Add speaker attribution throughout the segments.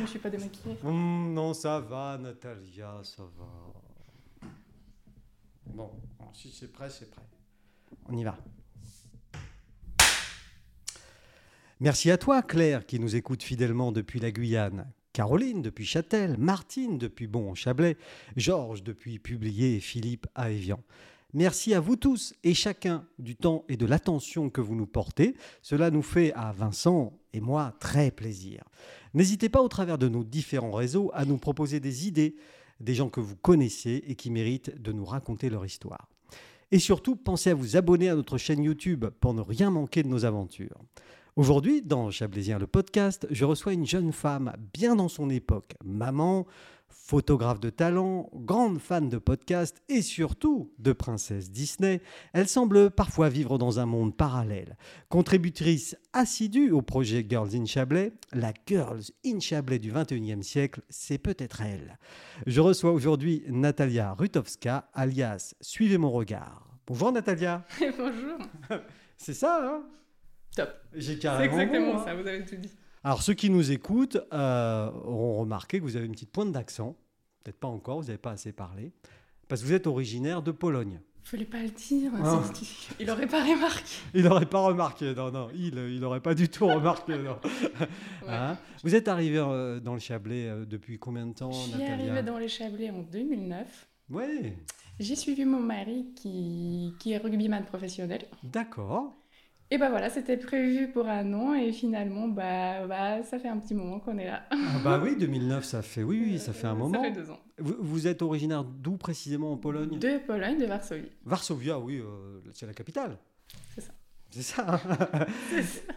Speaker 1: ne suis pas démaquillée.
Speaker 2: Hum, non, ça va, Natalia, ça va. Bon, bon, si c'est prêt, c'est prêt. On y va. Merci à toi, Claire, qui nous écoute fidèlement depuis la Guyane. Caroline depuis Châtel, Martine depuis Bon-Chablais, Georges depuis Publié et Philippe à Évian. Merci à vous tous et chacun du temps et de l'attention que vous nous portez. Cela nous fait à Vincent et moi très plaisir. N'hésitez pas au travers de nos différents réseaux à nous proposer des idées, des gens que vous connaissez et qui méritent de nous raconter leur histoire. Et surtout, pensez à vous abonner à notre chaîne YouTube pour ne rien manquer de nos aventures. Aujourd'hui, dans Chablaisien le podcast, je reçois une jeune femme bien dans son époque, maman, photographe de talent, grande fan de podcasts et surtout de princesse Disney. Elle semble parfois vivre dans un monde parallèle. Contributrice assidue au projet Girls in Chablais, la Girls in Chablais du 21e siècle, c'est peut-être elle. Je reçois aujourd'hui Natalia Rutowska, alias Suivez mon regard. Bonjour Natalia,
Speaker 1: Bonjour.
Speaker 2: c'est ça hein
Speaker 1: Top.
Speaker 2: J'ai
Speaker 1: C'est
Speaker 2: carrément.
Speaker 1: exactement
Speaker 2: bon, hein
Speaker 1: ça, vous avez tout dit.
Speaker 2: Alors, ceux qui nous écoutent euh, auront remarqué que vous avez une petite pointe d'accent. Peut-être pas encore, vous n'avez pas assez parlé. Parce que vous êtes originaire de Pologne.
Speaker 1: Fallait pas le dire.
Speaker 2: Ah.
Speaker 1: c'est- Il aurait pas remarqué.
Speaker 2: Il n'aurait pas remarqué, non, non. Il n'aurait pas du tout remarqué, non.
Speaker 1: Ouais.
Speaker 2: Hein vous êtes arrivé euh, dans le Chablais euh, depuis combien de temps,
Speaker 1: Je suis
Speaker 2: Natalia
Speaker 1: arrivée dans les Chablais en 2009.
Speaker 2: Oui,
Speaker 1: J'ai suivi mon mari qui, qui est rugbyman professionnel.
Speaker 2: d'accord.
Speaker 1: Et bah voilà, c'était prévu pour un an et finalement, bah, bah ça fait un petit moment qu'on est là.
Speaker 2: Ah bah oui, 2009, ça fait, oui, oui, ça fait un moment.
Speaker 1: Ça fait deux ans.
Speaker 2: Vous, vous êtes originaire d'où précisément en Pologne
Speaker 1: De Pologne, de Varsovie.
Speaker 2: Varsovia, oui, euh, c'est la capitale.
Speaker 1: C'est ça.
Speaker 2: C'est ça.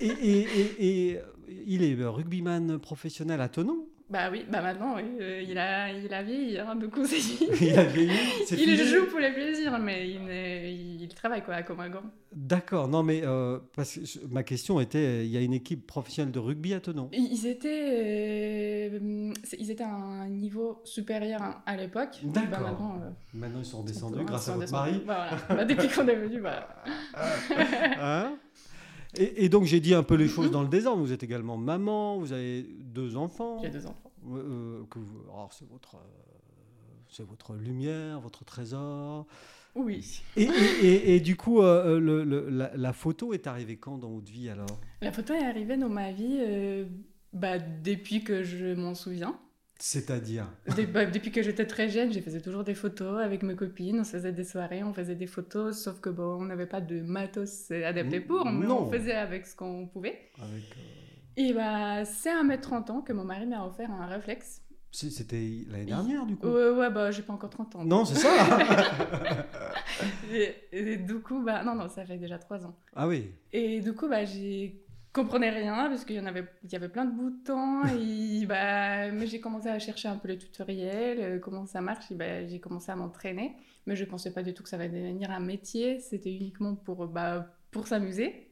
Speaker 2: et, et- et- et, euh, il est euh, rugbyman professionnel à Tonon.
Speaker 1: Bah oui, bah maintenant, oui, euh, il, a, il a vieilli, hein, du coup, c'est
Speaker 2: Il a vieilli, c'est
Speaker 1: Il
Speaker 2: fini.
Speaker 1: joue pour les plaisirs, mais il, n'est- il travaille quoi, comme un gant.
Speaker 2: D'accord, non mais euh, parce que je- ma question était, euh, il y a une équipe professionnelle de rugby à Tonon.
Speaker 1: Ils ils étaient, euh, c'est- ils étaient à un niveau supérieur à- à l'époque. Bah,
Speaker 2: D'accord.
Speaker 1: maintenant, euh,
Speaker 2: Maintenant ils sont
Speaker 1: on
Speaker 2: descendus
Speaker 1: peut-
Speaker 2: grâce
Speaker 1: on
Speaker 2: à
Speaker 1: peut
Speaker 2: votre
Speaker 1: redescendre.
Speaker 2: mari.
Speaker 1: Bah, voilà. Bah, depuis qu'on est venu, bah,
Speaker 2: Hein et, et donc j'ai dit un peu les choses dans le désordre. Vous êtes également maman, vous avez deux enfants.
Speaker 1: j'ai deux enfants.
Speaker 2: Euh, euh, que vous- alors c'est votre, euh, c'est votre lumière, votre trésor.
Speaker 1: Oui.
Speaker 2: Et, et- et- et du coup, euh, le- le- la, la photo est arrivée quand dans votre vie alors
Speaker 1: La photo est arrivée dans ma vie euh, bah, depuis que je m'en souviens.
Speaker 2: C'est-à-dire
Speaker 1: Dé- bah, depuis que j'étais très jeune, je faisais toujours des photos avec mes copines. On se faisait des soirées, on faisait des photos, sauf que bon, on n'avait pas de matos adapté
Speaker 2: Mm,
Speaker 1: pour, mais
Speaker 2: non.
Speaker 1: on faisait avec ce qu'on pouvait.
Speaker 2: avec, euh,
Speaker 1: Et bah, c'est à mes 30 ans que mon mari m'a offert un réflexe.
Speaker 2: c'est- C'était l'année dernière du coup
Speaker 1: Ouais, ouais, bah, j'ai pas encore 30 ans.
Speaker 2: Non, c'est ça
Speaker 1: Et, et du coup, bah, non, non, ça fait déjà 3 ans.
Speaker 2: Ah oui
Speaker 1: Et du coup, bah, j'ai comprenais rien parce qu'il y en avait il y avait plein de boutons et bah mais j'ai commencé à chercher un peu les tutoriels euh, comment ça marche et bah, j'ai commencé à m'entraîner mais je pensais pas du tout que ça va devenir un métier c'était uniquement pour euh, bah, pour s'amuser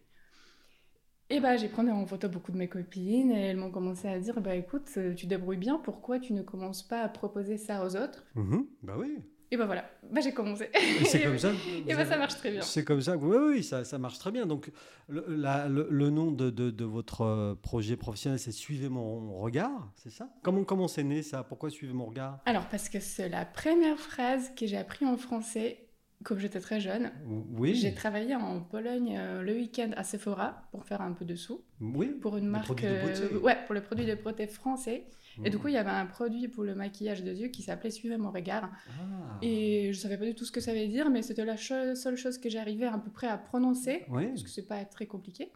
Speaker 1: et bah j'ai pris en photo beaucoup de mes copines et elles m'ont commencé à dire bah écoute euh, tu débrouilles bien pourquoi tu ne commences pas à proposer ça aux autres
Speaker 2: Mhm, Bah oui
Speaker 1: et bah voilà bah j'ai commencé
Speaker 2: Et c'est comme Eh ben, ça
Speaker 1: et bah ça marche très bien
Speaker 2: C'est comme ça que- Oui, oui, ça, ça marche très bien. Donc, le, la- le- le nom de, de- de votre euh, projet professionnel, c'est Suivez mon regard, c'est ça Comment comment c'est né ça Pourquoi Suivez mon regard
Speaker 1: Alors, parce que c'est la première phrase que j'ai appris en français quand j'étais très jeune. J'ai
Speaker 2: Oui,
Speaker 1: travaillé en Pologne euh, le week-end à Sephora pour faire un peu de sous
Speaker 2: oui.
Speaker 1: pour une
Speaker 2: Des
Speaker 1: marque. euh,
Speaker 2: produits de beauté. Mmh.
Speaker 1: ouais, pour le produit de beauté français. Et du coup, il y avait un produit pour le maquillage des yeux qui s'appelait Suivez mon regard.
Speaker 2: Ah.
Speaker 1: Et je savais pas du tout ce que ça veut dire, mais c'était la cho- seule chose que j'arrivais à peu près à prononcer
Speaker 2: Oui.
Speaker 1: parce que c'est pas très compliqué.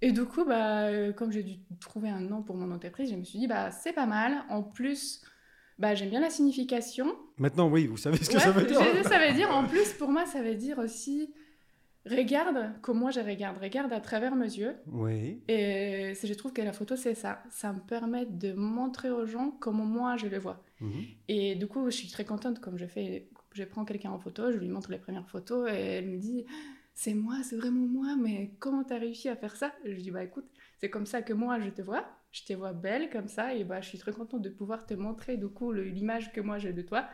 Speaker 1: Et du coup, bah, euh, comme j'ai dû trouver un nom pour mon entreprise, je me suis dit, bah, c'est pas mal. En plus, bah, j'aime bien la signification.
Speaker 2: Maintenant, oui, vous savez ce que
Speaker 1: Ouais,
Speaker 2: ça veut dire.
Speaker 1: je- ça veut dire, en plus, pour moi, ça veut dire aussi regarde comme moi je regarde, regarde à travers mes yeux.
Speaker 2: Oui.
Speaker 1: Et c'est- je trouve que la photo, c'est ça. Ça me permet de montrer aux gens comment moi je les vois.
Speaker 2: Mhm.
Speaker 1: Et du coup, je suis très contente comme je fais. Je prends quelqu'un en photo, je lui montre les premières photos et elle me dit C'est moi, c'est vraiment moi, mais comment t'as réussi à faire ça Et Je lui dis Bah écoute, c'est comme ça que moi je te vois, je te vois belle comme ça, et bah je suis très contente de pouvoir te montrer du coup le- l'image que moi j'ai de toi.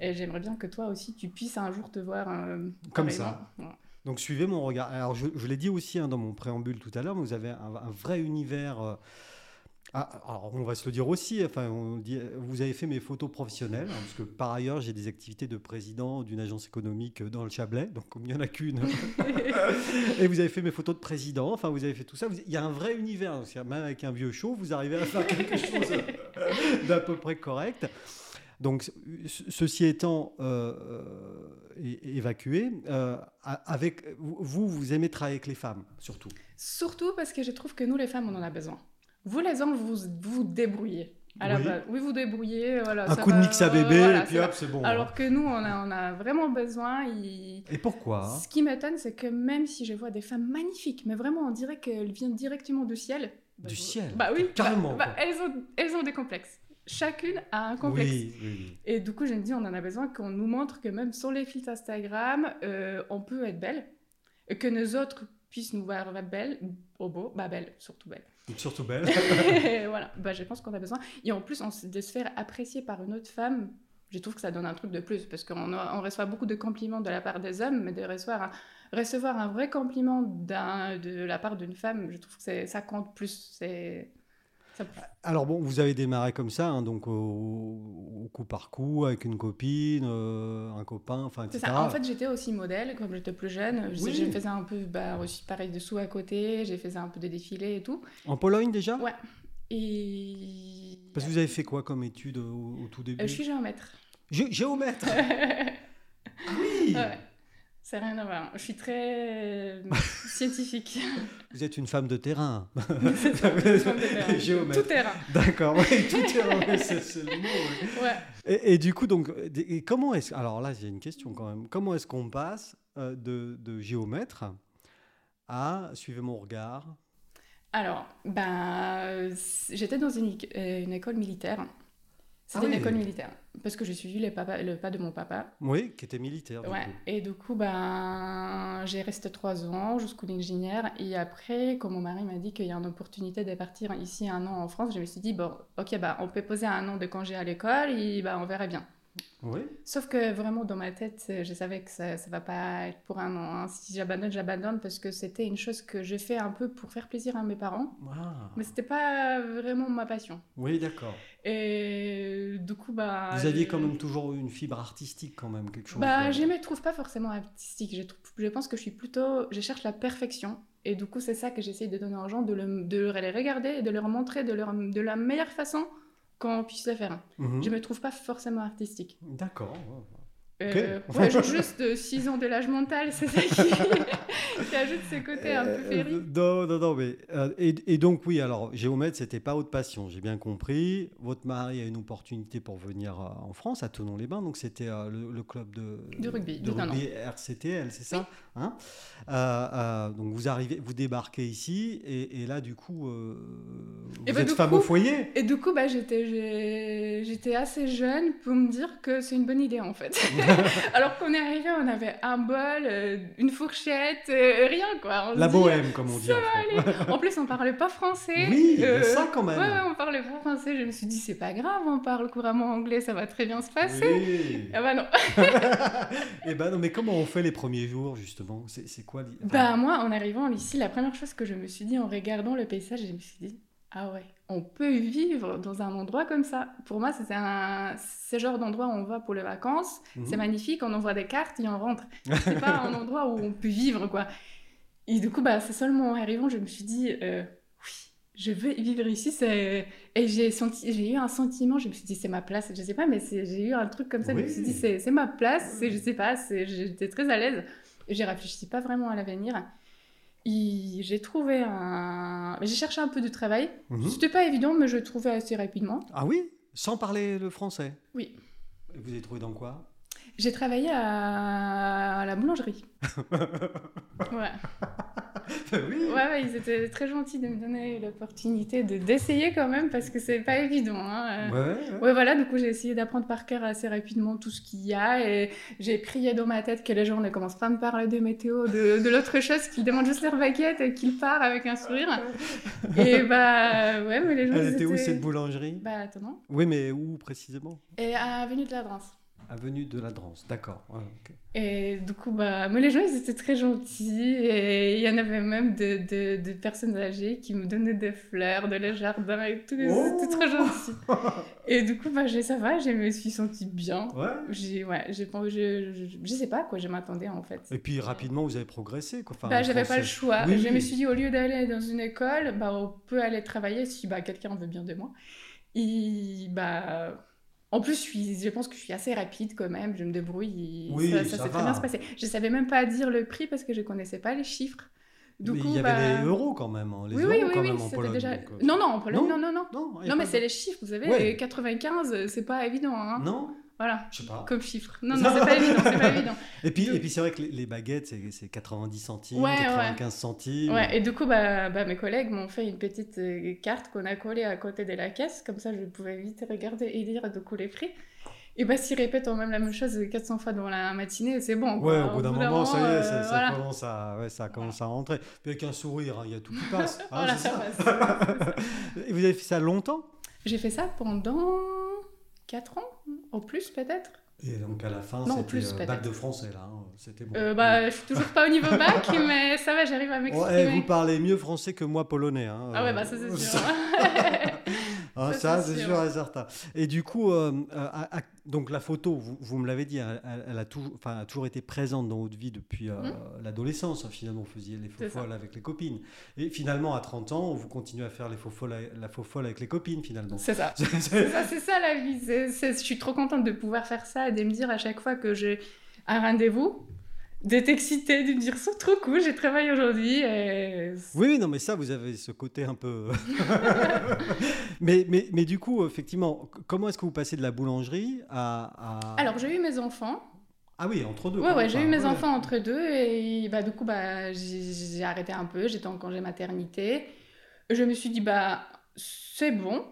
Speaker 1: Et j'aimerais bien que toi aussi tu puisses un jour te voir. euh,
Speaker 2: Comme
Speaker 1: pareillement. Ouais.
Speaker 2: Donc suivez mon regard. Alors je, je l'ai dit aussi hein, dans mon préambule tout à l'heure, mais vous avez un, un vrai univers euh, Ah, alors, on va se le dire aussi, enfin, on dit, vous avez fait mes photos professionnelles, hein, parce que par ailleurs, j'ai des activités de président d'une agence économique euh, dans le Chablais, donc comme il n'y en a qu'une. et vous avez fait mes photos de président, enfin, vous avez fait tout ça. Vous- Il y a un vrai univers, donc, c'est-à-dire, même avec un vieux show, vous arrivez à faire quelque chose d'à peu près correct. Donc, ce- ceci étant euh, euh, é- évacué, euh, a- avec, vous, vous aimez travailler avec les femmes, surtout.
Speaker 1: Surtout parce que je trouve que nous, les femmes, on en a besoin. Vous, les hommes, vous vous débrouillez. À la
Speaker 2: Oui.
Speaker 1: base. oui, vous débrouillez. Voilà,
Speaker 2: un
Speaker 1: Ah, ça
Speaker 2: coup de
Speaker 1: va,
Speaker 2: mix à bébé,
Speaker 1: voilà,
Speaker 2: et puis
Speaker 1: ça va.
Speaker 2: hop, c'est bon. hein.
Speaker 1: Alors que nous, on a, on a vraiment besoin. il-
Speaker 2: Et pourquoi hein
Speaker 1: Ce qui m'étonne, c'est que même si je vois des femmes magnifiques, mais vraiment, on dirait qu'elles viennent directement du ciel. Bah,
Speaker 2: Du
Speaker 1: je-
Speaker 2: ciel,
Speaker 1: Bah oui.
Speaker 2: carrément,
Speaker 1: bah-
Speaker 2: quoi.
Speaker 1: bah, elles, ont, elles ont des complexes. Chacune a un complexe.
Speaker 2: Oui, oui,
Speaker 1: Et du coup, je me dis, on en a besoin qu'on nous montre que même sur les fils Instagram, euh, on peut être belle. Et que nos autres puissent nous voir belle, au beau, bah belle, surtout belle.
Speaker 2: oui. Surtout belle.
Speaker 1: Et voilà, bah, je pense qu'on a besoin. Et en plus, on, s- de se faire apprécier par une autre femme, je trouve que ça donne un truc de plus. Parce qu'on a- on reçoit beaucoup de compliments de la part des hommes, mais de recevoir un, recevoir un vrai compliment d'un- de la part d'une femme, je trouve que c'est- ça compte plus. C'est. ça-
Speaker 2: Alors bon, vous avez démarré comme ça, hein, donc au, au coup par coup, avec une copine, euh, un copain, enfin,
Speaker 1: C'est
Speaker 2: etc.
Speaker 1: ça. En fait, j'étais aussi modèle, comme j'étais plus jeune. Je,
Speaker 2: Ah. Oui.
Speaker 1: je faisais un peu, bah, aussi pareil, de sous à côté. J'ai fait un peu de défilés et tout.
Speaker 2: En Pologne déjà
Speaker 1: Ouais. Et.
Speaker 2: Parce que vous avez fait quoi comme étude au, au tout début
Speaker 1: Euh, je suis géomètre.
Speaker 2: Gé- Géomètre Ah Oui
Speaker 1: Ouais. C'est rien à voir. Je suis très euh, scientifique.
Speaker 2: Vous êtes une femme de terrain.
Speaker 1: C'est ça, je suis de terrain.
Speaker 2: Géomètre.
Speaker 1: Tout terrain.
Speaker 2: D'accord, oui, tout terrain, oui, c'est c'est le mot. oui.
Speaker 1: Ouais.
Speaker 2: Et, et du coup, donc, des- et comment est-ce alors là, j'ai une question quand même. Comment est-ce qu'on passe euh, de, de géomètre à suivez mon regard
Speaker 1: Alors, ben, euh, c- j'étais dans une, euh, une école militaire. C'était
Speaker 2: Ah oui.
Speaker 1: une école militaire. Parce que j'ai suivi les papas- le pas de mon papa.
Speaker 2: Oui, qui était militaire. Ah, du
Speaker 1: Ouais,
Speaker 2: coup.
Speaker 1: et du coup, ben, j'ai resté trois ans jusqu'au l'ingénieur. Et après, quand mon mari m'a dit qu'il y a une opportunité de partir ici un an en France, je me suis dit, bon, ok, bah, on peut poser un an de congé à l'école et bah, on verra bien.
Speaker 2: Oui.
Speaker 1: Sauf que vraiment, dans ma tête, euh, je savais que ça ne va pas être pour un an. hein. Si j'abandonne, j'abandonne parce que c'était une chose que j'ai fait un peu pour faire plaisir à mes parents.
Speaker 2: Ah.
Speaker 1: Mais c'était pas vraiment ma passion.
Speaker 2: Oui, d'accord.
Speaker 1: Et du coup, bah.
Speaker 2: Vous aviez quand
Speaker 1: je-
Speaker 2: même toujours une fibre artistique, quand même, quelque chose.
Speaker 1: Bah,
Speaker 2: de-
Speaker 1: je me trouve pas forcément artistique. Je, trouve- je pense que je suis plutôt. Je cherche la perfection. Et du coup, c'est ça que j'essaye de donner aux gens, de, le- de les regarder et de leur montrer de, leur- de la meilleure façon qu'on puisse le faire.
Speaker 2: Mhm.
Speaker 1: Je me trouve pas forcément artistique.
Speaker 2: D'accord.
Speaker 1: Euh,
Speaker 2: Ok.
Speaker 1: ouais, j'ai juste 6 ans de l'âge mental, c'est ça qui, qui ajoute ce côté un peu
Speaker 2: Euh,
Speaker 1: féerique.
Speaker 2: non, non, non, mais. euh, et, et donc, oui, alors, géomètre, c'était pas haute passion, j'ai bien compris. Votre mari a une opportunité pour venir euh, en France, à Tonon-les-Bains, donc c'était euh, le, le club de,
Speaker 1: De rugby,
Speaker 2: de
Speaker 1: de Tonon.
Speaker 2: rugby RCTL, c'est ça Hein Euh, euh, Donc, vous arrivez, vous débarquez ici, et, et là, du coup, euh, vous
Speaker 1: Et bah,
Speaker 2: êtes
Speaker 1: du
Speaker 2: femme au
Speaker 1: coup-
Speaker 2: foyer.
Speaker 1: Et du coup, bah, j'étais j'ai- j'étais assez jeune pour me dire que c'est une bonne idée en fait. Alors qu'on est arrivé, on avait un bol, euh, une fourchette, euh, rien quoi. On se
Speaker 2: La
Speaker 1: dit,
Speaker 2: bohème, comme on dit.
Speaker 1: ça
Speaker 2: en
Speaker 1: va
Speaker 2: France.
Speaker 1: aller. En plus, on parlait pas français. Euh,
Speaker 2: Oui, il y a ça quand même.
Speaker 1: Ouais, ouais, on parlait pas français. Je me suis dit, c'est pas grave, on parle couramment anglais, ça va très bien se passer.
Speaker 2: Oui.
Speaker 1: Ah bah non.
Speaker 2: Eh ben non, mais comment on fait les premiers jours justement C'est c'est quoi l'idée
Speaker 1: Bah moi, en arrivant ici, la première chose que je me suis dit en regardant le paysage, je me suis dit, ah ouais, on peut vivre dans un endroit comme ça. Pour moi, c'est un ce genre d'endroit où on va pour les vacances.
Speaker 2: Mhm.
Speaker 1: C'est magnifique, on envoie des cartes et on rentre. C'est pas un endroit où on peut vivre, quoi. Et du coup, bah, c'est seulement en arrivant, je me suis dit, euh, oui, je veux vivre ici. c'est- Et j'ai senti, j'ai eu un sentiment, je me suis dit, c'est ma place. Je sais pas, mais c'est- j'ai eu un truc comme ça. Je me
Speaker 2: Oui.
Speaker 1: suis dit, c'est c'est ma place. c'est- Je sais pas, c'est- j'étais très à l'aise. Et J'ai réfléchi pas vraiment à l'avenir. Et J'ai trouvé un. J'ai cherché un peu de travail.
Speaker 2: Mhm.
Speaker 1: C'était pas évident, mais je trouvais assez rapidement.
Speaker 2: Ah oui Sans parler le français
Speaker 1: Oui.
Speaker 2: Et Vous avez trouvé dans quoi
Speaker 1: J'ai travaillé à, à la boulangerie. ouais.
Speaker 2: Ben Oui
Speaker 1: Ouais, ouais, ils étaient très gentils de me donner l'opportunité de d'essayer quand même parce que c'est pas évident. hein. Euh,
Speaker 2: Ouais, ouais.
Speaker 1: Ouais, voilà, du coup j'ai essayé d'apprendre par cœur assez rapidement tout ce qu'il y a et j'ai prié dans ma tête que les gens ne commencent pas à me parler de météo, de, de l'autre chose, qu'ils demandent juste leur baguette et qu'ils partent avec un sourire. Et bah ouais, mais les gens.
Speaker 2: Elle
Speaker 1: ils
Speaker 2: était où
Speaker 1: étaient-
Speaker 2: cette boulangerie
Speaker 1: Bah attends.
Speaker 2: Oui, mais où précisément
Speaker 1: Et à Avenue de la Drance.
Speaker 2: avenue de la Drance, d'accord. Ouais, ok.
Speaker 1: Et du coup, bah, mais les gens, ils étaient très gentils. Et il y en avait même de, de- de personnes âgées qui me donnaient des fleurs, de le jardin et tout.
Speaker 2: Oh
Speaker 1: C'était très gentil. Et du coup, bah, j'ai- ça va, je me suis sentie bien.
Speaker 2: Ouais.
Speaker 1: J'ai, ouais, j'ai, pas- je, je, je sais pas à quoi, je m'attendais en fait.
Speaker 2: Et puis rapidement, vous avez progressé. Quoi. Enfin,
Speaker 1: Bah,
Speaker 2: en
Speaker 1: j'avais pas
Speaker 2: français.
Speaker 1: le choix.
Speaker 2: Oui,
Speaker 1: je
Speaker 2: oui.
Speaker 1: me suis dit, au lieu d'aller dans une école, bah, on peut aller travailler si bah, quelqu'un veut bien de moi. Et bah, en plus, je, suis, je pense que je suis assez rapide quand même, je me débrouille. et
Speaker 2: Oui,
Speaker 1: ça, ça
Speaker 2: ça
Speaker 1: s'est très
Speaker 2: va.
Speaker 1: bien se passé. Je savais même pas dire le prix parce que je connaissais pas les chiffres. Du
Speaker 2: Mais
Speaker 1: coup,
Speaker 2: il y avait
Speaker 1: bah,
Speaker 2: les euros quand même, hein, les
Speaker 1: oui,
Speaker 2: euros
Speaker 1: oui,
Speaker 2: quand
Speaker 1: oui,
Speaker 2: même
Speaker 1: oui,
Speaker 2: en
Speaker 1: c'était
Speaker 2: Pologne.
Speaker 1: déjà-
Speaker 2: donc, euh,
Speaker 1: Non, non, en Pologne,
Speaker 2: Non.
Speaker 1: non, non, non.
Speaker 2: non, il y a
Speaker 1: Non, mais
Speaker 2: pas
Speaker 1: c'est
Speaker 2: de-
Speaker 1: les chiffres, vous savez,
Speaker 2: Ouais.
Speaker 1: 95, c'est pas évident. hein.
Speaker 2: Non,
Speaker 1: Voilà,
Speaker 2: je sais pas.
Speaker 1: comme chiffre. Non, non, c'est pas évident, c'est pas évident.
Speaker 2: Et puis,
Speaker 1: Donc-
Speaker 2: et puis c'est vrai que les, les baguettes, c'est c'est 90 centimes,
Speaker 1: Ouais, ouais.
Speaker 2: 95 centimes.
Speaker 1: Ouais, et du coup, bah, bah, mes collègues m'ont fait une petite euh, carte qu'on a collée à côté de la caisse, comme ça je pouvais vite regarder et lire du coup les prix. Et bah s'ils répètent en même la même chose 400 fois dans la matinée, c'est bon. quoi.
Speaker 2: Ouais, au bout d'un moment, ça y est,
Speaker 1: euh,
Speaker 2: ça, ça
Speaker 1: voilà.
Speaker 2: commence à, ouais, ça commence à rentrer. Puis avec un sourire, hein, il y a tout qui passe. hein,
Speaker 1: Voilà,
Speaker 2: c'est
Speaker 1: ça
Speaker 2: ça.
Speaker 1: passe.
Speaker 2: Et vous avez fait ça longtemps
Speaker 1: J'ai fait ça pendant 4 ans, au plus peut-être.
Speaker 2: Et donc à la fin,
Speaker 1: Non,
Speaker 2: c'était
Speaker 1: plus,
Speaker 2: euh, bac
Speaker 1: peut-être.
Speaker 2: de français, là. hein, C'était bon.
Speaker 1: Euh, bah, je suis toujours pas au niveau bac, mais ça va, j'arrive à
Speaker 2: Oh,
Speaker 1: m'exprimer.
Speaker 2: eh, vous parlez mieux français que moi polonais. hein,
Speaker 1: Ah ouais,
Speaker 2: euh,
Speaker 1: bah ça c'est sûr.
Speaker 2: ça, hein,
Speaker 1: ça,
Speaker 2: ça,
Speaker 1: c'est
Speaker 2: c'est
Speaker 1: sûr.
Speaker 2: sûr et certain. Et du coup, euh, euh, à- à- donc la photo, vous, vous me l'avez dit, elle, elle- elle a toujours, enfin, elle a toujours été présente dans votre vie depuis euh, l'adolescence. hein, finalement, vous faisiez les faux
Speaker 1: Mhm. C'est ça.
Speaker 2: folles avec les copines. Et finalement, à 30 ans, vous continuez à faire les faux folles, avec- la faux folle avec les copines, finalement.
Speaker 1: c'est ça.
Speaker 2: C'est- c'est-
Speaker 1: Ça, c'est ça la vie. C'est- c'est- je suis trop contente de pouvoir faire ça et de me dire à chaque fois que j'ai un rendez-vous, d'être excitée, de me dire c'est trop cool, j'ai travaillé aujourd'hui. et c'est-
Speaker 2: Oui, oui, non, mais ça, vous avez ce côté un peu. mais, mais, mais du coup, effectivement, c- comment est-ce que vous passez de la boulangerie à. à-
Speaker 1: Alors j'ai eu mes enfants.
Speaker 2: Ah oui, entre deux.
Speaker 1: Ouais,
Speaker 2: quand
Speaker 1: ouais,
Speaker 2: même,
Speaker 1: j'ai
Speaker 2: hein,
Speaker 1: eu mes
Speaker 2: ouais.
Speaker 1: enfants entre deux et bah, du coup, bah, j'ai j'ai arrêté un peu. J'étais en congé maternité. Je me suis dit, bah, c'est bon.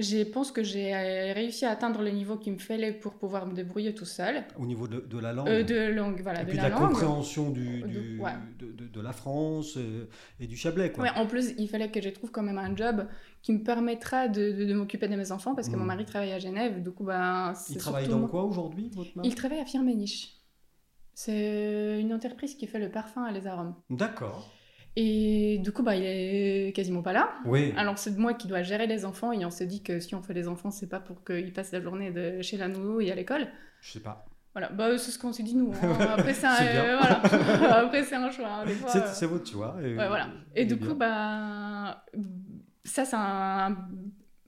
Speaker 1: Je pense que j'ai euh, réussi à atteindre le niveau qu'il me fallait pour pouvoir me débrouiller tout seul.
Speaker 2: Au niveau de, de la langue.
Speaker 1: Euh, de langue, voilà,
Speaker 2: Et
Speaker 1: de
Speaker 2: puis de
Speaker 1: la,
Speaker 2: la,
Speaker 1: langue. euh,
Speaker 2: compréhension du,
Speaker 1: De-
Speaker 2: du-
Speaker 1: ouais.
Speaker 2: de, de- de la France euh, et du Chablais. Quoi.
Speaker 1: Ouais, en plus, il fallait que je trouve quand même un job qui me permettra de, de- de m'occuper de mes enfants parce que
Speaker 2: Mm.
Speaker 1: mon mari travaille à Genève. Du coup, ben, c'est
Speaker 2: Il travaille
Speaker 1: surtout
Speaker 2: dans
Speaker 1: moi.
Speaker 2: quoi aujourd'hui, votre mari
Speaker 1: Il travaille à Firmenich. C'est une entreprise qui fait le parfum et les arômes.
Speaker 2: D'accord.
Speaker 1: Et du coup, bah, il est quasiment pas là.
Speaker 2: Oui.
Speaker 1: Alors, c'est moi qui dois gérer les enfants et on se dit que si on fait les enfants, c'est pas pour qu'ils passent la journée de chez la nounou et à l'école.
Speaker 2: Je sais pas.
Speaker 1: Voilà, bah, c'est ce qu'on s'est dit nous. hein. Après, c'est un,
Speaker 2: C'est bien.
Speaker 1: euh, voilà. Après, c'est un choix. hein. Des fois,
Speaker 2: C'est
Speaker 1: euh,
Speaker 2: c'est votre, tu vois.
Speaker 1: Ouais, voilà. Et du coup, bah, ça, c'est un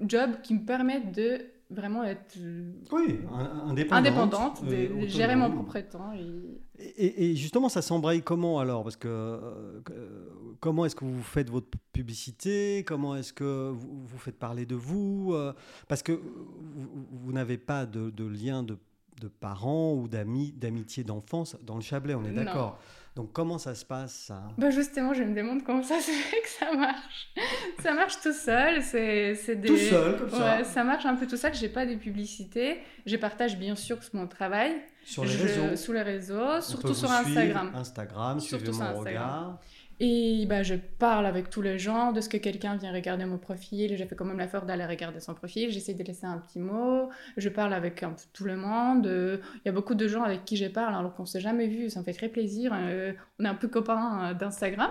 Speaker 1: job qui me permet de vraiment être euh,
Speaker 2: Oui, un- indépendante.
Speaker 1: indépendante, de,
Speaker 2: euh,
Speaker 1: de gérer mon
Speaker 2: autonome.
Speaker 1: propre temps. et-
Speaker 2: Et, et- et justement, ça s'embraye comment alors Parce que euh, que- euh, comment est-ce que vous faites votre publicité Comment est-ce que vous, vous faites parler de vous Euh, Parce que vous, vous n'avez pas de, de lien de, de parents ou d'amis, d'amitié d'enfance dans le Chablais, on est
Speaker 1: Non.
Speaker 2: d'accord. Donc comment ça se passe ça
Speaker 1: Bah justement, je me demande comment ça se fait que ça marche. ça marche tout seul. C'est c'est des...
Speaker 2: Tout seul, comme ça,
Speaker 1: Ouais, ça marche un peu tout seul. J'ai pas des publicités. Je partage bien sûr mon travail
Speaker 2: sur les
Speaker 1: Je-
Speaker 2: réseaux
Speaker 1: sous les réseaux,
Speaker 2: On peut
Speaker 1: surtout
Speaker 2: vous
Speaker 1: sur
Speaker 2: suivre,
Speaker 1: Instagram.
Speaker 2: Instagram,
Speaker 1: Surtout
Speaker 2: suivez
Speaker 1: sur
Speaker 2: mon
Speaker 1: Instagram.
Speaker 2: regard.
Speaker 1: Et bah, je parle avec tous les gens de ce que quelqu'un vient regarder mon profil. J'ai fait quand même l'effort d'aller regarder son profil. J'essaie de laisser un petit mot. Je parle avec un peu tout le monde. Euh, Il y a beaucoup de gens avec qui je parle alors qu'on s'est jamais vu. Ça me fait très plaisir. Euh, on est un peu copains euh, d'Instagram.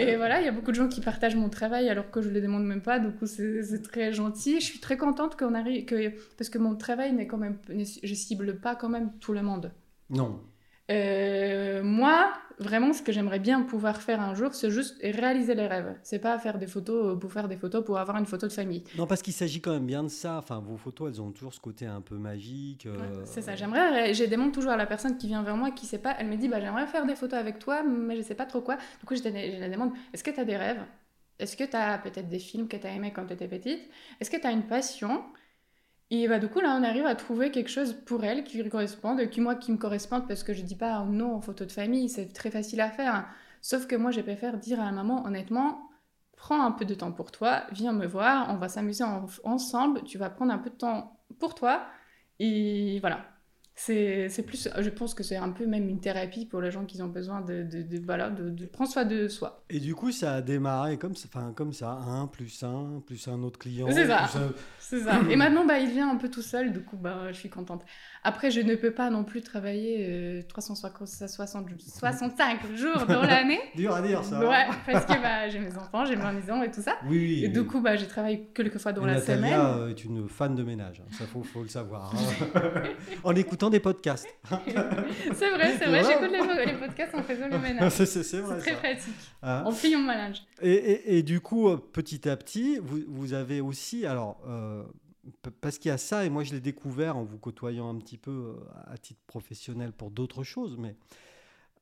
Speaker 1: Et voilà, il y a beaucoup de gens qui partagent mon travail alors que je ne le demande même pas. Du coup, c'est c'est très gentil. Je suis très contente qu'on arrive. Que... Parce que mon travail n'est quand même. n'est- Je cible pas quand même tout le monde.
Speaker 2: Non.
Speaker 1: Euh, moi, vraiment, ce que j'aimerais bien pouvoir faire un jour, c'est juste réaliser les rêves. C'est pas faire des photos pour faire des photos pour avoir une photo de famille.
Speaker 2: Non, parce qu'il s'agit quand même bien de ça. Enfin, vos photos, elles ont toujours ce côté un peu magique. euh,
Speaker 1: C'est ça. J'aimerais. ré- Je demande toujours à la personne qui vient vers moi, qui sait pas. Elle me dit, bah j'aimerais faire des photos avec toi, mais je sais pas trop quoi. Du coup, je, te- je la demande, est-ce que t'as des rêves Est-ce que t'as peut-être des films que t'as aimés quand t'étais petite Est-ce que t'as une passion et bah du coup là on arrive à trouver quelque chose pour elle qui lui corresponde, qui moi qui me corresponde parce que je dis pas non en photo de famille, c'est très facile à faire. hein. Sauf que moi je préfère dire à la maman honnêtement, prends un peu de temps pour toi, viens me voir, on va s'amuser en- ensemble, tu vas prendre un peu de temps pour toi et voilà. C'est plus, je pense que c'est un peu même une thérapie pour les gens qui ont besoin de, de, de, voilà, de, de prendre soin de soi.
Speaker 2: Et du coup, ça a démarré comme ça, enfin, comme ça, un plus un, plus un autre client.
Speaker 1: C'est ça.
Speaker 2: plus un-
Speaker 1: C'est ça. Et maintenant, bah, il vient un peu tout seul, du coup, bah, je suis contente. Après, je ne peux pas non plus travailler euh, 365 65 jours dans l'année.
Speaker 2: Dur à dire ça. hein.
Speaker 1: Ouais, parce que bah, j'ai mes enfants, j'ai ma maison et tout ça.
Speaker 2: Oui, oui.
Speaker 1: Et du coup, bah, je travaille quelques fois dans
Speaker 2: Et
Speaker 1: la
Speaker 2: Natalia
Speaker 1: semaine.
Speaker 2: euh, est une fan de ménage, hein. ça faut, faut le savoir. hein. en écoutant des podcasts.
Speaker 1: C'est vrai, c'est vrai,
Speaker 2: Wow.
Speaker 1: j'écoute les, les podcasts en faisant le ménage.
Speaker 2: c'est c'est- c'est
Speaker 1: C'est
Speaker 2: vrai
Speaker 1: très
Speaker 2: ça.
Speaker 1: pratique.
Speaker 2: Hein.
Speaker 1: En pliant ma linge.
Speaker 2: Et, et- et du coup, euh, petit à petit, vous, vous avez aussi, alors, euh, p- parce qu'il y a ça, et moi je l'ai découvert en vous côtoyant un petit peu euh, à titre professionnel pour d'autres choses, mais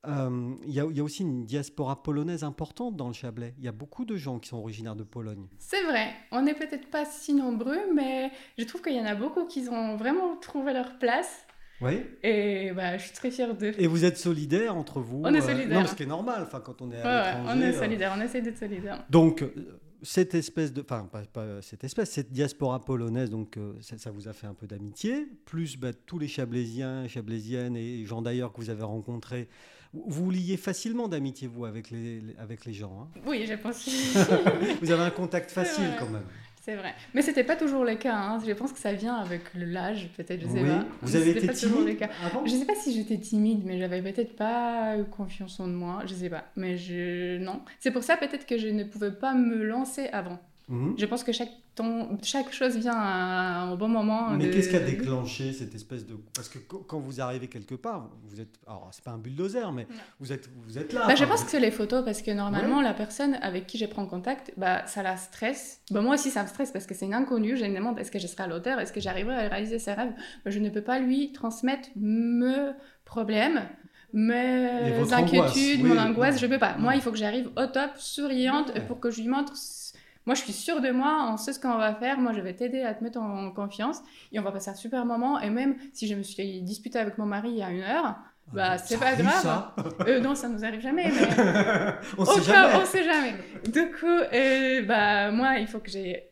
Speaker 2: euh, il y, a- il y a aussi une diaspora polonaise importante dans le Chablais. Il y a beaucoup de gens qui sont originaires de Pologne.
Speaker 1: C'est vrai, on n'est peut-être pas si nombreux, mais je trouve qu'il y en a beaucoup qui ont vraiment trouvé leur place.
Speaker 2: Oui.
Speaker 1: Et bah, je suis très fière d'eux.
Speaker 2: Et vous êtes solidaires entre vous.
Speaker 1: On est
Speaker 2: euh,
Speaker 1: solidaires.
Speaker 2: non, ce qui est normal, enfin, quand on est
Speaker 1: Ouais,
Speaker 2: à
Speaker 1: ouais, on
Speaker 2: l'étranger,
Speaker 1: est
Speaker 2: euh,
Speaker 1: solidaires, on essaie d'être solidaires.
Speaker 2: Donc, euh, cette espèce de. Enfin, pas, pas cette espèce, cette diaspora polonaise, donc euh, ça, ça vous a fait un peu d'amitié, plus bah, tous les Chablaisiens, Chablaisiennes et gens d'ailleurs que vous avez rencontrés. Vous vous liez facilement d'amitié, vous, avec les, les- avec les gens. hein.
Speaker 1: Oui, je pense que
Speaker 2: Vous avez un contact facile
Speaker 1: vrai.
Speaker 2: quand même.
Speaker 1: c'est vrai. Mais c'était pas toujours le cas. hein. Je pense que ça vient avec le- l'âge, peut-être, je sais
Speaker 2: Oui.
Speaker 1: pas.
Speaker 2: Vous
Speaker 1: Mais
Speaker 2: avez
Speaker 1: c'était
Speaker 2: été
Speaker 1: pas toujours le
Speaker 2: timide
Speaker 1: cas.
Speaker 2: avant
Speaker 1: Je sais pas si j'étais timide, mais j'avais peut-être pas eu confiance en moi, je sais pas. Mais je. Non. C'est pour ça peut-être que je ne pouvais pas me lancer avant.
Speaker 2: Mhm.
Speaker 1: Je pense que chaque, ton... chaque chose vient à- au bon moment.
Speaker 2: Mais
Speaker 1: de-
Speaker 2: qu'est-ce qui a déclenché cette espèce de parce que qu- quand vous arrivez quelque part, vous êtes alors c'est pas un bulldozer mais
Speaker 1: Non.
Speaker 2: vous êtes vous êtes là.
Speaker 1: Bah, je
Speaker 2: enfin,
Speaker 1: pense
Speaker 2: vous-
Speaker 1: que c'est les photos parce que normalement la personne avec qui je prends contact, bah, ça la stresse. Bah, moi aussi ça me stresse parce que c'est une inconnue. Je me demande est-ce que je serai à l'auteur, est-ce que j'arriverai à réaliser ses rêves. Bah, je ne peux pas lui transmettre mes problèmes,
Speaker 2: Et
Speaker 1: mes
Speaker 2: votre
Speaker 1: inquiétudes,
Speaker 2: angoisse, oui.
Speaker 1: mon angoisse. Je peux pas. Moi
Speaker 2: Non.
Speaker 1: il faut que j'arrive au top, souriante,
Speaker 2: Ouais.
Speaker 1: pour que je lui montre. ce- Moi je suis sûre de moi, on sait ce qu'on va faire. Moi je vais t'aider à te mettre en confiance et on va passer un super moment. Et même si je me suis disputée avec mon mari il y a une heure. Bah,
Speaker 2: Ah, Ça
Speaker 1: c'est pas
Speaker 2: arrive,
Speaker 1: grave.
Speaker 2: ça.
Speaker 1: Euh, non, ça nous arrive jamais. Mais...
Speaker 2: On
Speaker 1: Au
Speaker 2: sait
Speaker 1: cas-
Speaker 2: jamais.
Speaker 1: on sait jamais. Du coup, euh, bah, moi, il faut que j'ai.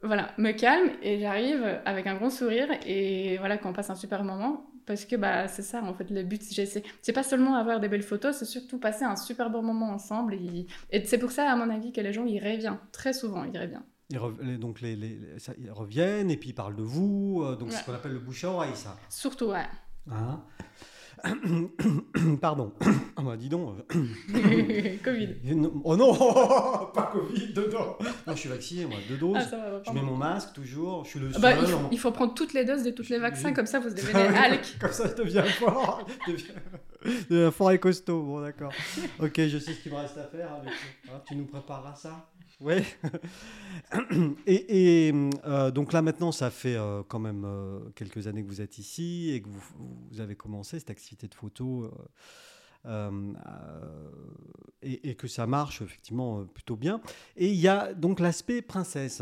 Speaker 1: Voilà, me calme et j'arrive avec un grand sourire et voilà qu'on passe un super moment parce que bah c'est ça en fait le but c'est c'est- c'est pas seulement avoir des belles photos c'est surtout passer un super bon moment ensemble et, et c'est pour ça à mon avis que les gens ils reviennent très souvent ils reviennent
Speaker 2: Ils rev- les- donc les, les- les- ça- ils reviennent et puis ils parlent de vous, euh, donc c'est
Speaker 1: Ouais.
Speaker 2: ce qu'on appelle le bouche à oreille, ça.
Speaker 1: surtout ouais
Speaker 2: Hein Pardon. Ah bah dis donc. euh,
Speaker 1: Covid
Speaker 2: non- Oh non Pas Covid dedans Moi je suis vacciné, moi, deux doses.
Speaker 1: ah, ça va, va
Speaker 2: je
Speaker 1: prendre.
Speaker 2: mets mon masque toujours, je suis le seul.
Speaker 1: Bah, il, faut,
Speaker 2: en-
Speaker 1: il faut prendre toutes les doses de tous les vaccins comme ça vous devenez
Speaker 2: Ah Oui.
Speaker 1: Hulk
Speaker 2: Comme ça je deviens fort. Je deviens, je deviens fort et costaud, bon d'accord. Ok, je sais ce qu'il me reste à faire. hein, du coup. Hein, tu nous prépareras ça Ouais. Et, et, euh, donc là maintenant, ça fait euh, quand même euh, quelques années que vous êtes ici et que vous, vous avez commencé cette activité de photo euh, euh, euh, et, et que ça marche effectivement euh, plutôt bien. Et il y a donc l'aspect princesse.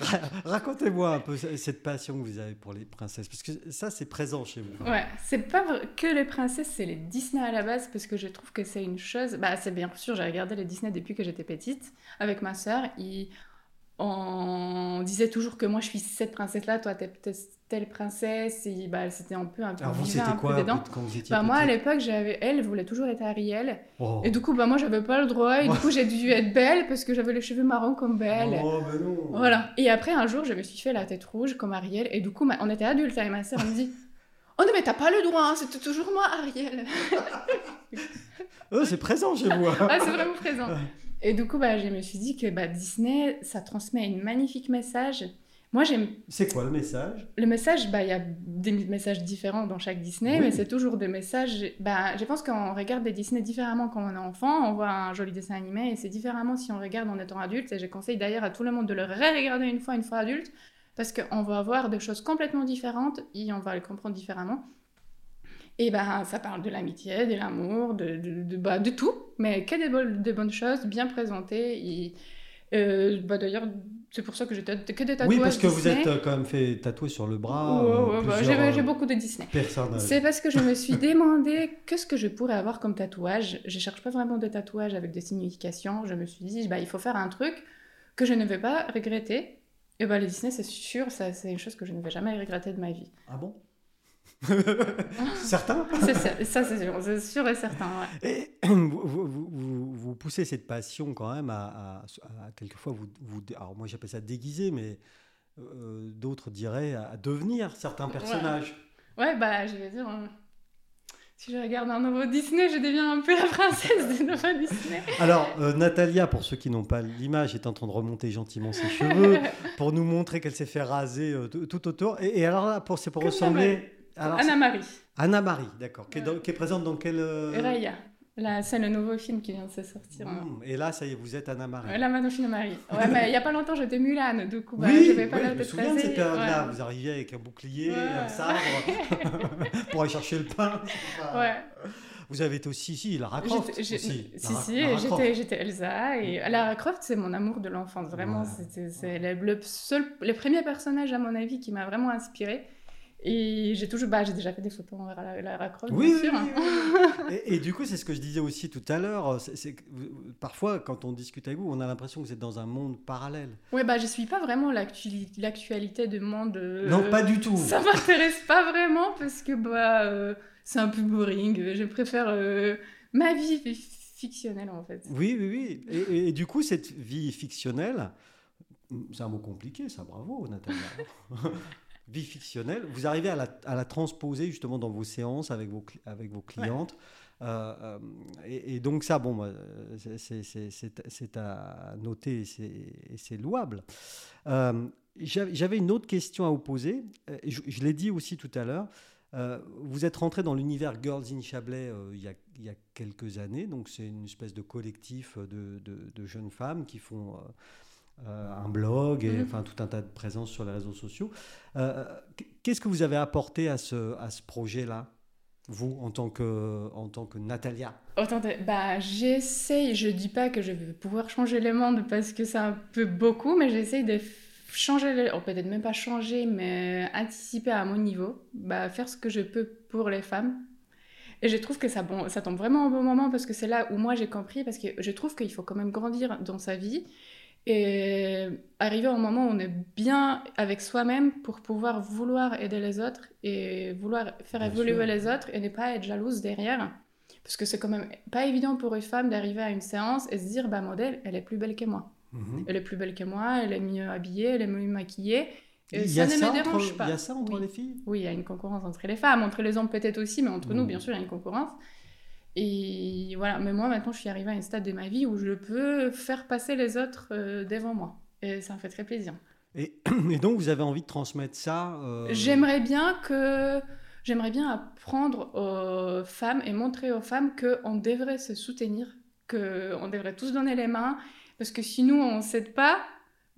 Speaker 2: Ra- Racontez-moi un peu ce- cette passion que vous avez pour les princesses parce que ça c'est présent chez vous.
Speaker 1: Ouais, c'est pas vrai- que les princesses, c'est les Disney à la base, parce que je trouve que c'est une chose. Bah, c'est bien sûr, j'ai regardé les Disney depuis que j'étais petite, avec ma sœur. et On disait toujours que moi je suis cette princesse-là, toi t'es peut-être telle princesse, et bah, c'était un peu un peu.
Speaker 2: Alors vous
Speaker 1: on vivait
Speaker 2: c'était
Speaker 1: un
Speaker 2: quoi
Speaker 1: peu
Speaker 2: un peu,
Speaker 1: dedans.
Speaker 2: quand vous étiez
Speaker 1: Bah, moi à
Speaker 2: petite
Speaker 1: l'époque, j'avais elle voulait toujours être Ariel,
Speaker 2: Oh.
Speaker 1: et du coup, bah, moi j'avais pas le droit, et du
Speaker 2: Moi-
Speaker 1: coup, j'ai dû être belle parce que j'avais les cheveux marrons comme belle.
Speaker 2: Oh, bah non.
Speaker 1: Voilà. Et après, un jour, je me suis fait la tête rouge comme Ariel. Et du coup, ma- on était adultes hein, et ma sœur elle me dit Oh non, mais t'as pas le droit, hein, c'était toujours moi, Ariel.
Speaker 2: Oh, c'est présent chez vous. hein.
Speaker 1: Ah, c'est vraiment présent. Et du coup, bah, je me suis dit que bah, Disney, ça transmet un magnifique message. Moi, j'aime
Speaker 2: C'est quoi le message
Speaker 1: le message. Bah, il y a des messages différents dans chaque Disney,
Speaker 2: Oui.
Speaker 1: mais c'est toujours des messages. Bah, je pense qu'on regarde des Disney différemment quand on est enfant. On voit un joli dessin animé et c'est différemment si on regarde en étant adulte. Et je conseille d'ailleurs à tout le monde de le ré-regarder une fois, une fois adulte, parce qu'on va voir des choses complètement différentes et on va les comprendre différemment. Et ben, ça parle de l'amitié, de l'amour, de, de, de- bah, de tout, mais que des bol- des bonnes choses, bien présentées. Et, euh, bah, d'ailleurs, c'est pour ça que j'ai ta- que des tatouages.
Speaker 2: Oui, parce que vous
Speaker 1: Disney.
Speaker 2: êtes euh, quand même fait tatouer sur le bras.
Speaker 1: Ouais,
Speaker 2: euh,
Speaker 1: ouais, bah,
Speaker 2: plusieurs,
Speaker 1: j'ai-
Speaker 2: euh,
Speaker 1: j'ai beaucoup de Disney.
Speaker 2: personnages.
Speaker 1: C'est parce que je me suis demandé qu'est-ce que je pourrais avoir comme tatouage. Je cherche pas vraiment de tatouage avec des significations. Je me suis dit, bah, il faut faire un truc que je ne vais pas regretter. Et bah, les Disney, c'est sûr, ça, c'est une chose que je ne vais jamais regretter de ma vie.
Speaker 2: Ah bon Certains
Speaker 1: C'est ça, ça, c'est sûr, c'est sûr et certain. ouais.
Speaker 2: Et vous, vous- vous- vous poussez cette passion quand même à, à- à- quelquefois, vous, vous- alors moi j'appelle ça déguiser, mais euh, d'autres diraient à devenir certains personnages.
Speaker 1: Ouais, bah, je vais dire. euh, Si je regarde un nouveau Disney, je deviens un peu la princesse des nouveaux Disney.
Speaker 2: Alors, euh, Natalia, pour ceux qui n'ont pas l'image, est en train de remonter gentiment ses cheveux pour nous montrer qu'elle s'est fait raser euh, tout tout autour. Et, et alors là, pour, c'est pour
Speaker 1: Comme
Speaker 2: ressembler. Alors, c'est-
Speaker 1: Anna-Marie,
Speaker 2: Anna-Marie, d'accord, qui, est dans-
Speaker 1: Ouais.
Speaker 2: qui est présente dans quel. euh,
Speaker 1: Raya. Là, c'est le nouveau film qui vient de se sortir. hein.
Speaker 2: Mmh, et là, ça y est, vous êtes Anna-Marie.
Speaker 1: Ouais, La Madonna Marie. Ouais, mais il n'y a pas longtemps, j'étais Mulan, du coup, bah,
Speaker 2: oui,
Speaker 1: je vais pas
Speaker 2: ouais,
Speaker 1: la
Speaker 2: je me
Speaker 1: tête
Speaker 2: souviens de
Speaker 1: rasée,
Speaker 2: cette période-là.
Speaker 1: ouais.
Speaker 2: Vous arriviez avec un bouclier,
Speaker 1: Ouais.
Speaker 2: un sabre pour aller chercher le pain. Enfin,
Speaker 1: Ouais.
Speaker 2: Vous avez été aussi, si, Lara Croft.
Speaker 1: J'étais- j'ai-
Speaker 2: aussi.
Speaker 1: si,
Speaker 2: Lara-
Speaker 1: si,
Speaker 2: Lara Croft.
Speaker 1: j'étais, j'étais Elsa et Lara Croft, c'est mon amour de l'enfance, vraiment.
Speaker 2: Ouais.
Speaker 1: C'était, c'est le, le seul, le premier personnage, à mon avis, qui m'a vraiment inspirée. Et j'ai toujours, bah, j'ai déjà fait des photos envers la- Lara Croft,
Speaker 2: Oui,
Speaker 1: bien sûr. hein.
Speaker 2: oui, oui, oui. Et, et du coup, c'est ce que je disais aussi tout à l'heure. c'est- c'est que vous- parfois, quand on discute avec vous, on a l'impression que vous êtes dans un monde parallèle.
Speaker 1: Ouais, bah, je suis pas vraiment l'actu- l'actualité de monde. euh,
Speaker 2: non, pas du tout.
Speaker 1: Ça m'intéresse pas vraiment parce que bah, euh, c'est un peu boring. Je préfère euh, ma vie fi- fictionnelle en fait.
Speaker 2: Oui, oui, oui. Et, et- et du coup, cette vie fictionnelle, c'est un mot compliqué, ça, bravo, Nathalie. vie fictionnelle, vous arrivez à la, à la transposer justement dans vos séances avec vos, cli- avec vos clientes. Euh, euh, et, et donc ça, bon, bah, euh, c'est- c'est- c'est c'est- c'est à noter et c'est- et c'est louable. Euh, J'avais j'avais une autre question à vous poser. Euh, Je, je l'ai dit aussi tout à l'heure. Euh, vous êtes rentré dans l'univers Girls in Chablais euh, il, y a, il y a quelques années. Donc, c'est une espèce de collectif de, de- de jeunes femmes qui font euh, euh, un blog et
Speaker 1: Mhm.
Speaker 2: enfin, tout un tas de présences sur les réseaux sociaux. Euh, Qu'est-ce que vous avez apporté à ce, à ce projet-là, vous, en tant que, en tant que Natalia
Speaker 1: Autant de- Bah, j'essaye, je dis pas que je vais pouvoir changer le monde parce que c'est un peu beaucoup, mais j'essaye de f- changer, le... oh, peut-être même pas changer, mais euh, anticiper à mon niveau, bah, faire ce que je peux pour les femmes. Et je trouve que ça, bon, ça tombe vraiment au bon moment parce que c'est là où moi j'ai compris, parce que je trouve qu'il faut quand même grandir dans sa vie et arriver au moment où on est bien avec soi-même pour pouvoir vouloir aider les autres et vouloir faire
Speaker 2: Bien
Speaker 1: évoluer
Speaker 2: sûr.
Speaker 1: les autres et ne pas être jalouse derrière. Parce que c'est quand même pas évident pour une femme d'arriver à une séance et se dire, bah modèle, elle est plus belle que moi.
Speaker 2: Mhm.
Speaker 1: Elle est plus belle que moi, elle est mieux habillée, elle est mieux maquillée. Et
Speaker 2: il, y
Speaker 1: Euh, ça
Speaker 2: a
Speaker 1: ne
Speaker 2: ça
Speaker 1: me
Speaker 2: entre,
Speaker 1: dérange pas.
Speaker 2: il y a ça entre
Speaker 1: Oui.
Speaker 2: les filles
Speaker 1: Oui, il y a une concurrence entre les femmes, entre les hommes peut-être aussi, mais entre nous,
Speaker 2: Mm.
Speaker 1: bien sûr, il y a une concurrence. Et voilà, mais moi maintenant, je suis arrivée à un stade de ma vie où je peux faire passer les autres euh, devant moi. Et ça me fait très plaisir.
Speaker 2: Euh. et, et donc, vous avez envie de transmettre ça euh,
Speaker 1: J'aimerais bien que j'aimerais bien apprendre aux femmes et montrer aux femmes que on devrait se soutenir, que on devrait tous donner les mains, parce que si nous on s'aide pas,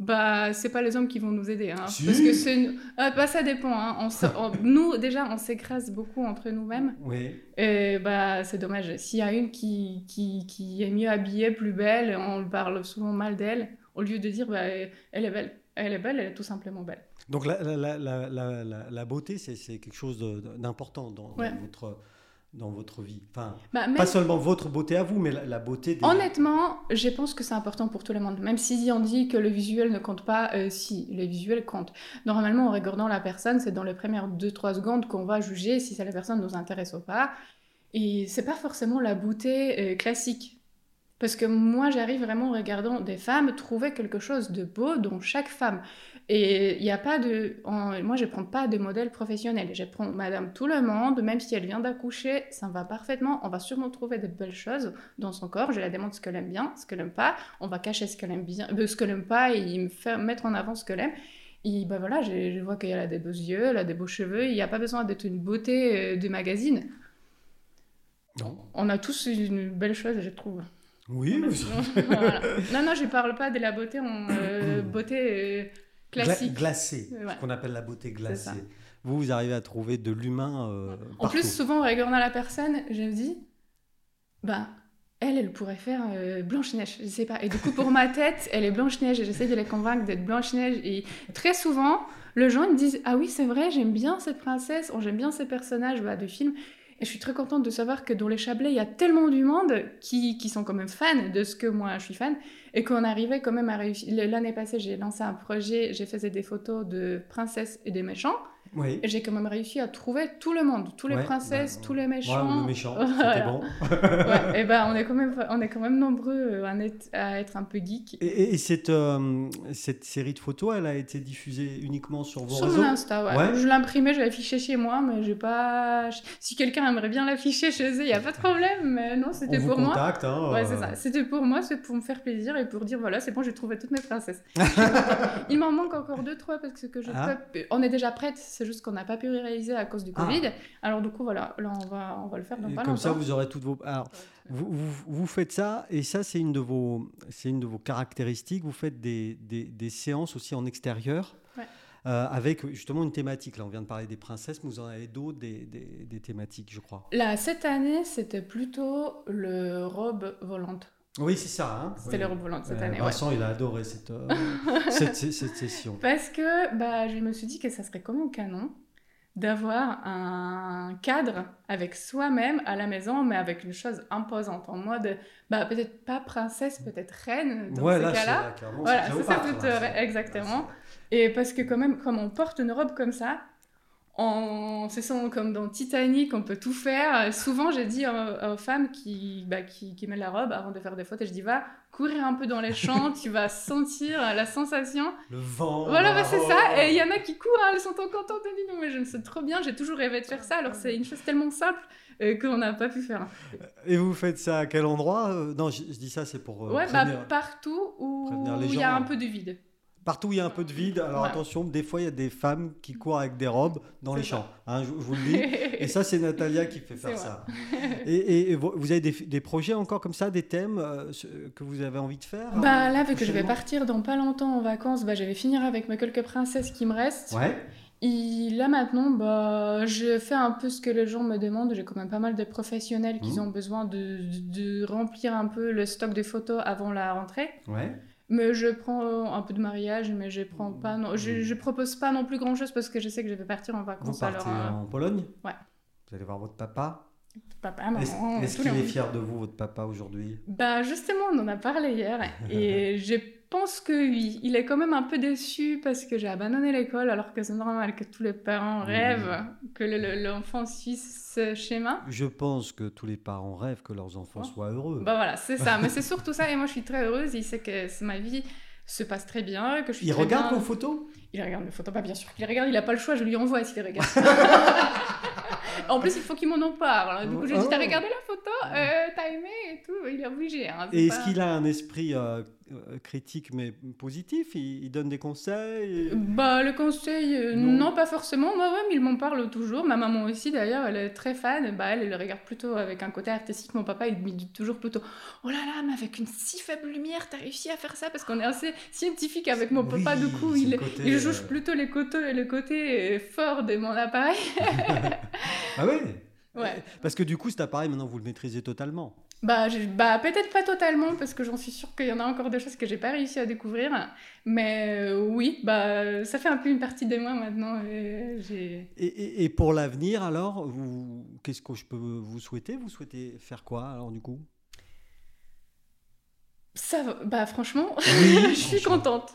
Speaker 1: bah c'est pas les hommes qui vont nous aider, hein,
Speaker 2: Si.
Speaker 1: parce que c'est Ah, bah ça dépend. hein, on se- on- nous déjà on s'écrase beaucoup entre nous-mêmes,
Speaker 2: Oui.
Speaker 1: et bah c'est dommage. S'il y a une qui, qui qui est mieux habillée, plus belle, on parle souvent mal d'elle, au lieu de dire bah elle est belle, elle est belle, elle est tout simplement belle.
Speaker 2: Donc la, la- la- la- la- la- la beauté, c'est c'est quelque chose de- de- d'important dans, dans
Speaker 1: Ouais.
Speaker 2: votre, dans votre vie. Enfin,
Speaker 1: Bah, même
Speaker 2: pas seulement votre beauté à vous, mais la, la beauté des...
Speaker 1: Honnêtement, je pense que c'est important pour tout le monde. Même si on dit que le visuel ne compte pas, euh, si, le visuel compte. Normalement, en regardant la personne, c'est dans les premières 2-3 secondes qu'on va juger si c'est la personne nous intéresse ou pas. Et c'est pas forcément la beauté euh, classique. Parce que moi, j'arrive vraiment en regardant des femmes trouver quelque chose de beau dans chaque femme. Et il n'y a pas de. en- moi, je prends pas de modèle professionnel. Je prends madame tout le monde, même si elle vient d'accoucher, ça me va parfaitement. On va sûrement trouver de belles choses dans son corps. Je la demande ce qu'elle aime bien, ce qu'elle aime pas. On va cacher ce qu'elle aime bien, euh, ce qu'elle aime pas et me faire mettre en avant ce qu'elle aime. Et bah voilà, je, je vois qu'elle a des beaux yeux, elle a des beaux cheveux. Il n'y a pas besoin d'être une beauté euh, de magazine.
Speaker 2: Non.
Speaker 1: On a tous une belle chose, je trouve.
Speaker 2: Oui,
Speaker 1: On a-
Speaker 2: vous-
Speaker 1: Voilà. Non, non, je parle pas de la beauté, en, euh, beauté euh,
Speaker 2: gla-
Speaker 1: classique.
Speaker 2: glacée,
Speaker 1: Ouais.
Speaker 2: ce qu'on appelle la beauté glacée.
Speaker 1: ça.
Speaker 2: Vous, vous arrivez à trouver de l'humain euh,
Speaker 1: En
Speaker 2: partout.
Speaker 1: plus, souvent, en regardant la personne, je me dis, bah, elle, elle pourrait faire euh, Blanche-Neige, je sais pas. Et du coup, pour ma tête, elle est Blanche-Neige et j'essaie de la convaincre d'être Blanche-Neige. Et très souvent, les gens ils me disent, ah oui, c'est vrai, j'aime bien cette princesse, oh, j'aime bien ces personnages bah, de films. Et je suis très contente de savoir que dans les Chablais, il y a tellement du monde qui, qui sont quand même fans de ce que moi je suis fan. Et qu'on arrivait quand même à réussir. L'année passée, j'ai lancé un projet, j'ai fait des photos de princesses et des méchants.
Speaker 2: Oui.
Speaker 1: Et j'ai quand même réussi à trouver tout le monde, tous les
Speaker 2: Ouais,
Speaker 1: princesses,
Speaker 2: bah,
Speaker 1: tous les méchants.
Speaker 2: Moi, le méchant,
Speaker 1: Voilà.
Speaker 2: c'était bon.
Speaker 1: Ouais, et ben on est quand même, on est quand même nombreux euh, à être, à être un peu geek.
Speaker 2: Et, et- et cette, euh, cette série de photos, elle a été diffusée uniquement sur vos
Speaker 1: Sur
Speaker 2: réseaux
Speaker 1: mon Insta, ouais.
Speaker 2: Ouais.
Speaker 1: Je l'imprimais, je l'affichais chez moi, mais j'ai pas. Si quelqu'un aimerait bien l'afficher chez eux, il n'y a pas de problème. Mais non,
Speaker 2: On
Speaker 1: c'était
Speaker 2: vous
Speaker 1: pour moi.
Speaker 2: contacte. hein,
Speaker 1: Ouais,
Speaker 2: euh,
Speaker 1: c'est ça. C'était pour moi, c'est pour me faire plaisir et pour dire voilà, c'est bon, j'ai trouvé toutes mes princesses. Il m'en manque encore deux, trois parce que je
Speaker 2: Ah.
Speaker 1: peux- on est déjà prête, c'est juste qu'on n'a pas pu les réaliser à cause du
Speaker 2: Ah.
Speaker 1: Covid. Alors du coup, voilà, là on va, on va le faire dans
Speaker 2: Et
Speaker 1: pas
Speaker 2: comme ça,
Speaker 1: longtemps.
Speaker 2: vous aurez toutes vos. Alors, vous, vous- vous faites ça, et ça, c'est une de vos, c'est une de vos caractéristiques. Vous faites des, des- des séances aussi en extérieur,
Speaker 1: Ouais.
Speaker 2: euh, avec justement une thématique. Là, on vient de parler des princesses, mais vous en avez d'autres des, des- des thématiques, je crois.
Speaker 1: Là, cette année, c'était plutôt le robe volante.
Speaker 2: Oui, c'est ça. hein.
Speaker 1: C'était
Speaker 2: Oui.
Speaker 1: le robe volante cette
Speaker 2: Euh,
Speaker 1: année, ouais.
Speaker 2: Vincent, il a adoré cette, euh, cette, cette- cette session.
Speaker 1: Parce que bah, je me suis dit que ça serait comme un canon d'avoir un cadre avec soi-même à la maison, mais avec une chose imposante, en mode bah, peut-être pas princesse, peut-être reine dans
Speaker 2: Ouais,
Speaker 1: ce
Speaker 2: là, c'est-
Speaker 1: cas-là.
Speaker 2: là, clairement,
Speaker 1: Voilà,
Speaker 2: c'est
Speaker 1: c'est ça,
Speaker 2: Cléopâtre,
Speaker 1: tout,
Speaker 2: là,
Speaker 1: euh,
Speaker 2: c'est-
Speaker 1: exactement.
Speaker 2: là,
Speaker 1: Et parce que quand même, comme on porte une robe comme ça, on se sent comme dans Titanic, on peut tout faire. Euh, Souvent, j'ai dit euh, aux, femmes qui, bah, qui, qui mettent la robe avant de faire des fautes, et je dis va courir un peu dans les champs, tu vas sentir la sensation.
Speaker 2: c'est- Le vent.
Speaker 1: Voilà,
Speaker 2: la
Speaker 1: bah, c'est
Speaker 2: robe.
Speaker 1: ça. Et il y en a qui courent, hein, elles sont encore contentes. elles disent, non, mais je me sens trop bien, j'ai toujours rêvé de faire ça. Alors c'est une chose tellement simple euh, qu'on n'a pas pu faire.
Speaker 2: Et vous faites ça à quel endroit Euh, Non, je, je dis ça, c'est pour. euh,
Speaker 1: ouais,
Speaker 2: prévenir-
Speaker 1: bah partout où
Speaker 2: prévenir les
Speaker 1: il y a
Speaker 2: gens. hein.
Speaker 1: un peu de vide.
Speaker 2: Partout où il y a un peu de vide, alors
Speaker 1: Ouais.
Speaker 2: attention, des fois il y a des femmes qui courent avec des robes dans
Speaker 1: C'est
Speaker 2: les
Speaker 1: ça.
Speaker 2: champs, hein, je, je vous le dis. Et ça, c'est Natalia qui fait faire
Speaker 1: C'est
Speaker 2: ça. Et, et- et vous vous avez des, des projets encore comme ça, des thèmes euh, ce- que vous avez envie de faire
Speaker 1: Bah là, vu que je vais
Speaker 2: prochainement
Speaker 1: partir dans pas longtemps en vacances, bah je vais finir avec mes quelques princesses qui me restent.
Speaker 2: Ouais.
Speaker 1: Et là maintenant, bah, je fais un peu ce que les gens me demandent. J'ai quand même pas mal de professionnels qui
Speaker 2: Mhm.
Speaker 1: ont besoin de, de- de remplir un peu le stock de photos avant la rentrée.
Speaker 2: Ouais.
Speaker 1: Mais je prends un peu de mariage, mais je prends pas, non, je, je propose pas non plus grand chose parce que je sais que je vais partir en
Speaker 2: Mmh. Vous
Speaker 1: vacances.
Speaker 2: partez
Speaker 1: alors, euh,
Speaker 2: en Pologne
Speaker 1: ouais.
Speaker 2: Vous allez voir votre papa.
Speaker 1: papa, maman,
Speaker 2: Est-ce est-ce
Speaker 1: tout le
Speaker 2: qu'il est
Speaker 1: monde.
Speaker 2: fier de vous, votre papa, aujourd'hui
Speaker 1: Bah justement, on en a parlé hier et je pense que oui. Il est quand même un peu déçu parce que j'ai abandonné l'école alors que c'est normal que tous les parents
Speaker 2: Oui.
Speaker 1: rêvent que le- le- l'enfant suisse ce schéma.
Speaker 2: Je pense que tous les parents rêvent que leurs enfants
Speaker 1: Ouais.
Speaker 2: soient heureux.
Speaker 1: Bah voilà, c'est ça. Mais c'est surtout ça et moi je suis très heureuse. Il sait que c'est- ma vie se passe très bien, que je suis
Speaker 2: Ils
Speaker 1: très
Speaker 2: regardent
Speaker 1: bien.
Speaker 2: vos photos
Speaker 1: Il regarde mes photos, bah bien sûr qu'il les regarde, il a pas le choix, je lui envoie s'il les regarde. en plus, il faut qu'il m'en empare. Alors, du coup, j'ai dit, t'as
Speaker 2: Oh.
Speaker 1: regardé la photo, Euh, t'as aimé et tout, il est obligé. hein, c'est
Speaker 2: Et est-ce
Speaker 1: pas-
Speaker 2: qu'il a un esprit euh, euh, critique mais positif il, il donne des conseils et-
Speaker 1: Bah, le conseil, euh,
Speaker 2: Non.
Speaker 1: non. pas forcément. Moi, ouais, mais il m'en parle toujours. Ma maman aussi, d'ailleurs, elle est très fan. Bah, elle, elle le regarde plutôt avec un côté artistique. Mon papa, il me dit toujours plutôt Oh là là, mais avec une si faible lumière, t'as réussi à faire ça Parce qu'on est assez scientifique avec mon
Speaker 2: Oui,
Speaker 1: papa, du coup,
Speaker 2: c'est
Speaker 1: il,
Speaker 2: le côté,
Speaker 1: il
Speaker 2: euh,
Speaker 1: juge plutôt les côtés, le côté euh, fort de mon appareil.
Speaker 2: Ah oui
Speaker 1: Ouais.
Speaker 2: Parce que du coup, cet appareil, maintenant, vous le maîtrisez totalement.
Speaker 1: Bah, j'ai- bah peut-être pas totalement, parce que j'en suis sûre qu'il y en a encore des choses que j'ai pas réussi à découvrir. Mais euh, oui, bah, ça fait un peu une partie de moi maintenant. et j'ai...
Speaker 2: Et, et- et pour l'avenir, alors, vous- qu'est-ce que je peux vous souhaiter Vous souhaitez faire quoi, alors, du coup
Speaker 1: Ça va, bah franchement,
Speaker 2: Oui,
Speaker 1: je suis
Speaker 2: franchement.
Speaker 1: contente.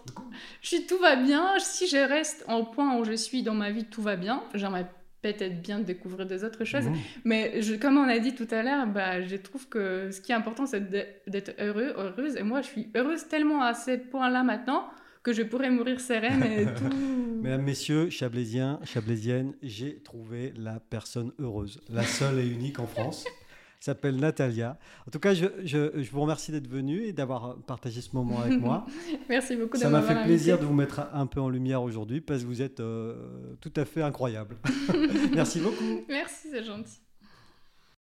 Speaker 1: Je suis, tout va bien. Si je reste en point où je suis dans ma vie, tout va bien. J'aimerais peut-être bien découvrir des autres choses.
Speaker 2: Mmh.
Speaker 1: Mais je, comme on a dit tout à l'heure, bah, je trouve que ce qui est important, c'est de- d'être heureux, heureuse. Et moi, je suis heureuse tellement à ce point-là maintenant que je pourrais mourir sereine et tout.
Speaker 2: Mesdames, Messieurs, Chablaisiens, Chablaisiennes, j'ai trouvé la personne heureuse, la seule et unique en France. Elle s'appelle Natalia. En tout cas, je, je- je vous remercie d'être venu et d'avoir partagé ce moment avec moi.
Speaker 1: Merci beaucoup de
Speaker 2: Ça m'a
Speaker 1: m'avoir
Speaker 2: fait
Speaker 1: invitée.
Speaker 2: plaisir de vous mettre un peu en lumière aujourd'hui parce que vous êtes euh, tout à fait incroyable. Merci beaucoup.
Speaker 1: Merci, c'est gentil.